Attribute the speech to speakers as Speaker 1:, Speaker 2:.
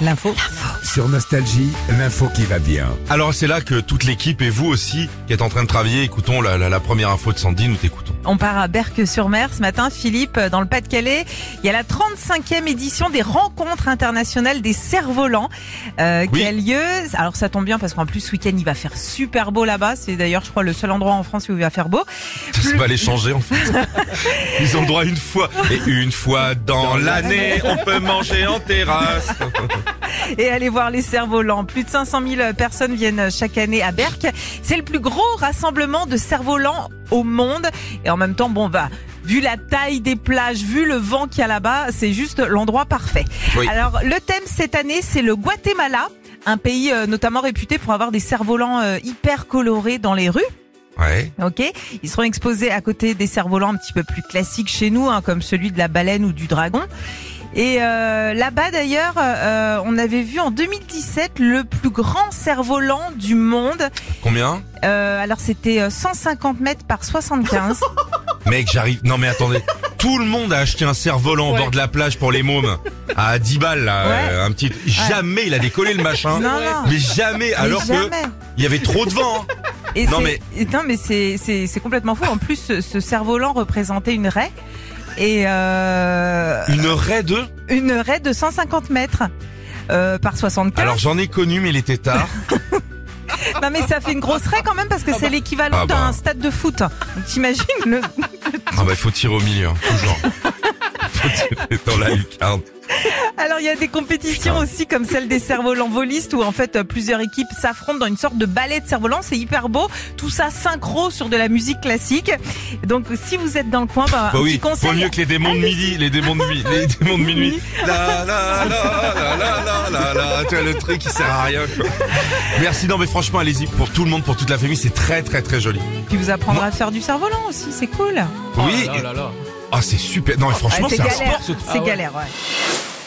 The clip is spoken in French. Speaker 1: L'info.
Speaker 2: Sur Nostalgie, l'info qui va bien.
Speaker 3: Alors c'est là que toute l'équipe et vous aussi qui êtes en train de travailler, écoutons la, la- la première info de Sandy, nous t'écoutons.
Speaker 1: On part à Berck-sur-Mer ce matin, Philippe, dans le Pas-de-Calais. Il y a la 35e édition des rencontres internationales des cerfs-volants euh,
Speaker 3: Oui.
Speaker 1: qui a lieu. Alors ça tombe bien parce qu'en plus ce week-end il va faire super beau là-bas. C'est d'ailleurs je crois le seul endroit en France où il va faire beau.
Speaker 3: Ça va les changer en fait. Ils ont le droit une fois. Et une fois dans l'année, on peut manger en terrasse.
Speaker 1: et allez voir les cerfs-volants. Plus de 500 000 personnes viennent chaque année à Berck. C'est le plus gros rassemblement de cerfs-volants au monde. Et en même temps, bon, bah, vu la taille des plages, vu le vent qu'il y a là-bas, c'est juste l'endroit parfait.
Speaker 3: Oui.
Speaker 1: Alors, le thème cette année, c'est le Guatemala. Un pays euh, notamment réputé pour avoir des cerfs-volants euh, hyper colorés dans les rues.
Speaker 3: Ouais.
Speaker 1: Ok, ils seront exposés à côté des cerfs-volants un petit peu plus classiques chez nous, hein, comme celui de la baleine ou du dragon. Et euh, là-bas d'ailleurs, euh, on avait vu en 2017 le plus grand cerf-volant du monde.
Speaker 3: Combien
Speaker 1: Euh, alors c'était euh, 150 mètres par 75.
Speaker 3: Mec, j'arrive. Non mais attendez. Tout le monde a acheté un cerf-volant au
Speaker 1: Ouais.
Speaker 3: bord de la plage pour les mômes. À 10 balles, là,
Speaker 1: Ouais.
Speaker 3: euh, un petit. Jamais il a décollé le machin.
Speaker 1: non, non.
Speaker 3: Mais jamais, alors
Speaker 1: Mais
Speaker 3: que
Speaker 1: jamais.
Speaker 3: il y avait trop de vent. hein.
Speaker 1: Et
Speaker 3: Non,
Speaker 1: c'est-
Speaker 3: mais-
Speaker 1: et non mais c'est c'est c'est complètement fou. En plus, ce, ce cerf-volant représentait une raie et euh,
Speaker 3: Une raie de.
Speaker 1: une raie de 150 mètres euh, par 75.
Speaker 3: Alors j'en ai connu, mais il était tard.
Speaker 1: Non mais ça fait une grosse raie quand même parce que c'est l'équivalent
Speaker 3: Ah bah.
Speaker 1: d'un stade de foot. Donc, T'imagines le...
Speaker 3: Ah bah faut tirer au milieu, hein, toujours. faut tirer dans la lucarne.
Speaker 1: Alors il y a des compétitions
Speaker 3: Putain.
Speaker 1: aussi comme celle des cerfs-volants volistes où en fait euh, plusieurs équipes s'affrontent dans une sorte de ballet de cerfs-volants. C'est hyper beau. Tout ça synchro sur de la musique classique. Donc si vous êtes dans le coin, bah,
Speaker 3: Bah
Speaker 1: un
Speaker 3: oui,
Speaker 1: petit
Speaker 3: vaut
Speaker 1: conseil.
Speaker 3: mieux que les démons de midi, les démons de midi, les démons de minuit. La la la la la la la la, tu vois le truc qui sert à rien. quoi. Merci, non mais franchement allez-y pour tout le monde, pour toute la famille, c'est très très très joli.
Speaker 1: Puis vous apprendrez à faire du cerf-volant aussi. C'est cool.
Speaker 3: Oui,
Speaker 4: Oh
Speaker 3: et-
Speaker 4: là là là.
Speaker 3: ah c'est super. Non mais franchement
Speaker 1: Ouais, c'est
Speaker 3: ah, c'est un
Speaker 1: galère.
Speaker 3: sport. ce-
Speaker 1: C'est
Speaker 4: Ah ouais.
Speaker 1: galère. Ouais.